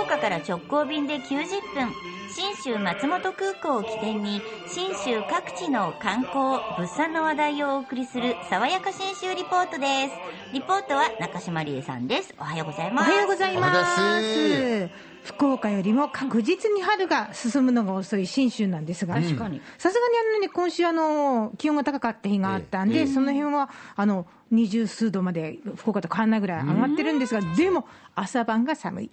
岡から直行便で90分信州松本空港を起点に信州各地の観光物産の話題をお送りする爽やか信州リポートですリポートは中島理恵さんですおはようございおますはようございおはまようす。福岡よりも確実に春が進むのが遅い信州なんですが、さす確がかににあのね、今週あの、気温が高かった日があったんえで、えその辺は、あの、二十数度まで福岡と変わらないぐらい上がってるんですが、でも朝晩が寒い。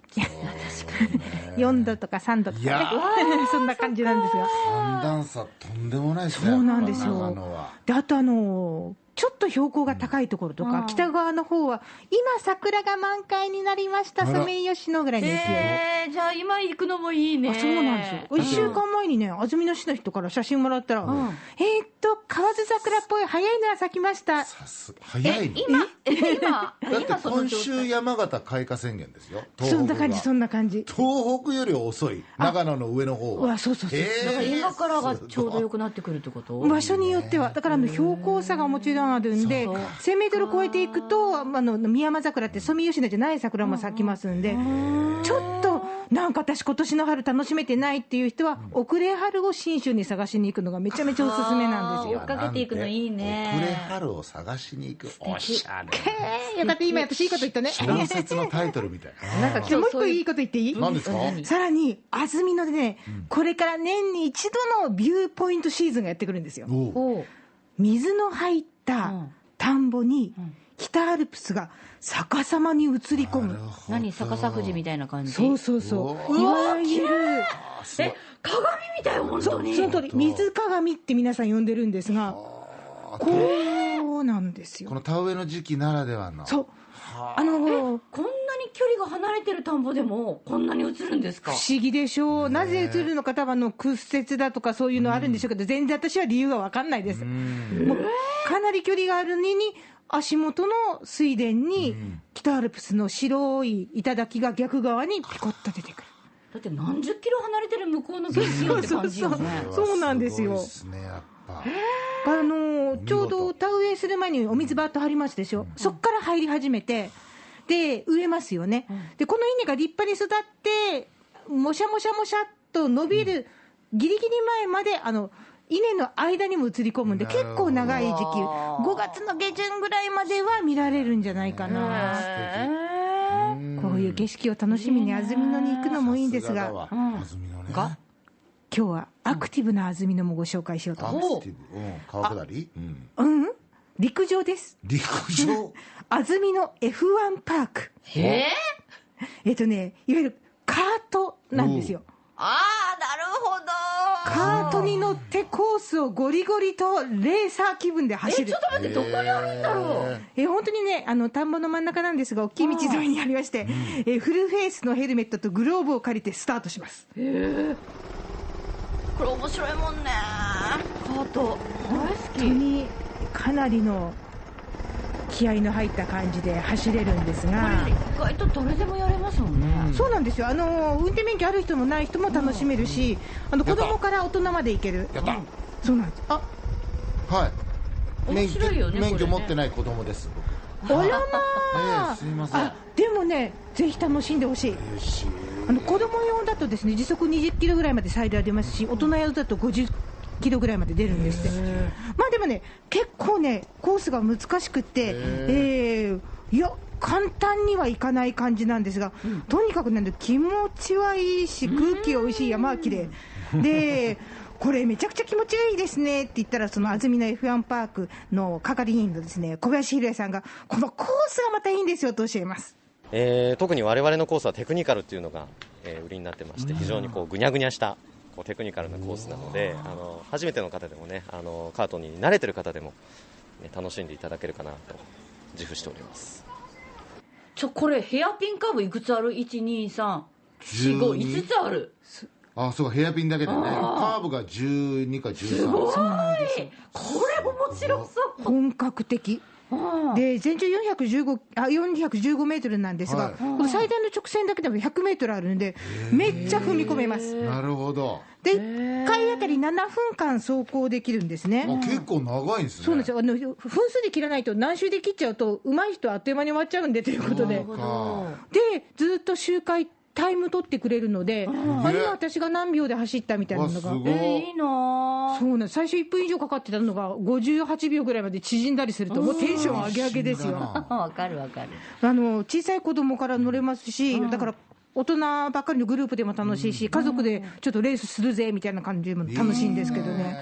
4度と か3度といやかね、 そんな感じなんですが。寒暖差とんでもないですね。そうなんですやっぱ長よ野は。。で、あとあのーちょっと標高が高いところとか、北側の方は、今桜が満開になりました、あらソメイヨシノぐらいですよ。えー、じゃあ今行くのもいいねあそうなんですよ、1週間前にね、安曇野市の人から写真もらったら、えーっと、河津桜っぽい、早いのは咲きました、さす早いね。今え今だって今その今状週態山形開花宣言ですよ。東そん北なが感じ、そんな感じ、東北より遅い。長野の上の方うわは。そうそうそうへーだから今からがちょうど良くなってくるってこと場所によっては、だからあの標高差がもちろんあるんで、そうか1000メートル超えていくと、あの宮山桜って、ソメイヨシノじゃない桜も咲きますんで、ちょっとなんか私、今年の春楽しめてないっていう人は、遅れ春を信州に探しに行くのがめちゃめちゃおすすめなんです追よっ。かけていくのいいね遅れ春を探しに行く。おしゃれ。えーよかった、今、私、いいこと言ったね。小説のタイトルみたいな。 なんかじゃあもう一そ個ういういいこと言っていい何ですか何さらに、安曇野でね、これから年に一度のビューポイントシーズンがやってくるんですよ。おうおう水の入っうたん田んぼに、北アルプスが逆さまに映り込なるむ。ほど何逆さ富士みたいな感じそうそうそうう。いわゆる、あすごい鏡みたい本そ当うにその通り、水鏡って皆さん呼んでるんですが、こうなんですこよ。の田植えの時期ならではの。そう。あの、こんなに距離が離れてる田んぼでもこんなに映るんですか不思議でしょう、なぜ映るのか、多分あの屈折だとかそういうのあるんでしょうけど、全然私は理由は分かんないです。もうかなり距離があるのに、足元の水田に、北アルプスの白い頂が逆側にピコッと出てくる。だって何十キロ離れてる向こうの景色よって感じよねそうそうなんですよごいっすねやっぱ。あのー事ちょうど田植えする前にお水バーッと張りますでしょ、そっから入り始めて、で、植えますよね、でこの稲が立派に育って、もしゃもしゃもしゃっと伸びる、ぎりぎり前まで、あの稲の間にも移り込むんで、なるほ結ど構長い時期、5月の下旬ぐらいまでは見られるんじゃないかな、へーこういう景色を楽しみに安曇野に行くのもいいんですが、今さすだわ安曇野ね。が日はアクティブな安曇野もご紹介しようとア思いクます。ティブ。うん。川下りうん。うんうん陸上です陸上。安曇野 F1 パーク。えーえっとね、いわゆるカートなんですよ。ああなるほどカートに乗ってコースをゴリゴリとレーサー気分で走えるちょっ。と待ってどこにあるんだろうえ本当にね、あの田んぼの真ん中なんですが、大きい道沿いにありまして、えフルフェイスのヘルメットとグローブを借りてスタートします。これ面白いもんねカート本当にかなりの気合の入った感じで走れるんですこがれ、意外と誰でもやれますもんね、そうなんですよ、あの運転免許ある人もない人も楽しめるし、あの子供から大人まで行ける、やった。そうなんです。あはい。面白いよね免許免許これね持ってない子供です。僕 あらまえあえすいませんあでもね、ぜひ楽しんでほしい。よし。あの子供用だとですね時速20キロぐらいまで最大出ますし、大人用だと50キロぐらいまで出るんですって、まあでもね、結構ね、コースが難しくって、えーいや、簡単にはいかない感じなんですが、とにかくなんで気持ちはいいし、空気おいしい、山はきれい。でこれめちゃくちゃ気持ちがいいですねって言ったら、その安曇野 F1 パークの係員のですね小林弘也さんが、このコースがまたいいんですよと教えます。えー特に我々のコースはテクニカルっていうのが、えー売りになってまして非常にこうぐにゃぐにゃしたこうテクニカルなコースなのであの初めての方でもねあのカートに慣れてる方でも、ね、楽しんでいただけるかなと自負しておりますちょこれヘアピンカーブいくつある12345つあるあ、そうかヘアピンだけでね。カーブが十二か十三。おーいこれ面白そう本格的で全長415あ415メートルなんですが、はいこの最大の直線だけでも100メートルあるんで、めっちゃ踏み込めます、なるほど。で1回あたり7分間走行できるんですねあ、。結構長いんですね。そうなんですよあの分数で切らないと、何周で切っちゃうと、上手い人はあっという間に終わっちゃうんでということで、そうかでずっと周回、タイム取ってくれるので、まあ、ね今、私が何秒で走ったみたいなわのすが。ごえー、いいいなそーうなんです最初1分以上かかってたのが58秒ぐらいまで縮んだりするともうテンション上げ上げです一緒だよなあわかるわかるあの小さい子供から乗れますし、だから大人ばっかりのグループでも楽しいし、家族でちょっとレースするぜみたいな感じも 楽しいんですけどね。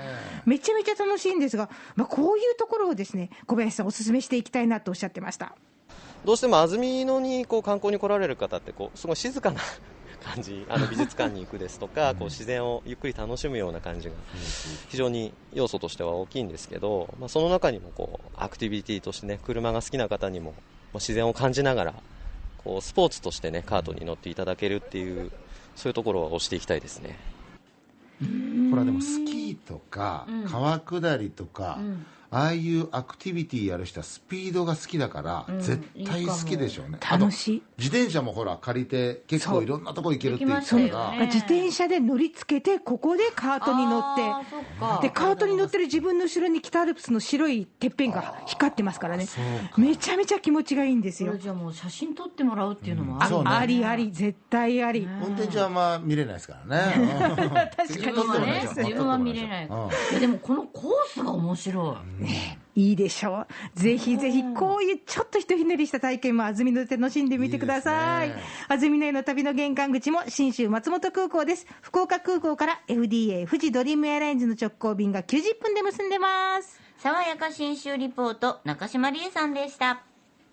めちゃめちゃ楽しいんですが、まあ、こういうところをですね小林さん、お勧めしていきたいなとおっしゃってました。どうしても安曇野にこう観光に来られる方ってこうすごい静かな 感じあの美術館に行くですとか、こう自然をゆっくり楽しむような感じが非常に要素としては大きいんですけど、まあ、その中にもこうアクティビティとしてね車が好きな方にももう自然を感じながらこうスポーツとしてねカートに乗っていただけるっていうそういうところは推していきたいですね。ほらでもスキーとか川下りとか、ああいうアクティビティやる人はスピードが好きだから、絶対好きでしょうねあと楽しい自転車もほら借りて結構いろんなとこ行けるって言ってたそう行きまかしら、たよね自転車で乗りつけて、ここでカートに乗あって。ーそっかでカートに乗ってる自分の後ろに北アルプスの白いてっぺんが光ってますからね、めちゃめちゃ気持ちがいいんですこよれ、じゃあもう写真撮ってもらうっていうのもあうんるそうねありあり、絶対あり、運転中はあんま見れないですからね確 かに自分はね自分は見れないうんいやでもこのコースが面白いいいでしょう、ぜひぜひ、こういうちょっとひとひねりした体験も安曇野で楽しんでみてくださいいいですね。安曇野への旅の玄関口も信州松本空港です。福岡空港から FDA 富士ドリームエアラインズの直行便が90分で結んでます。爽やか新州リポート中島理恵さんでした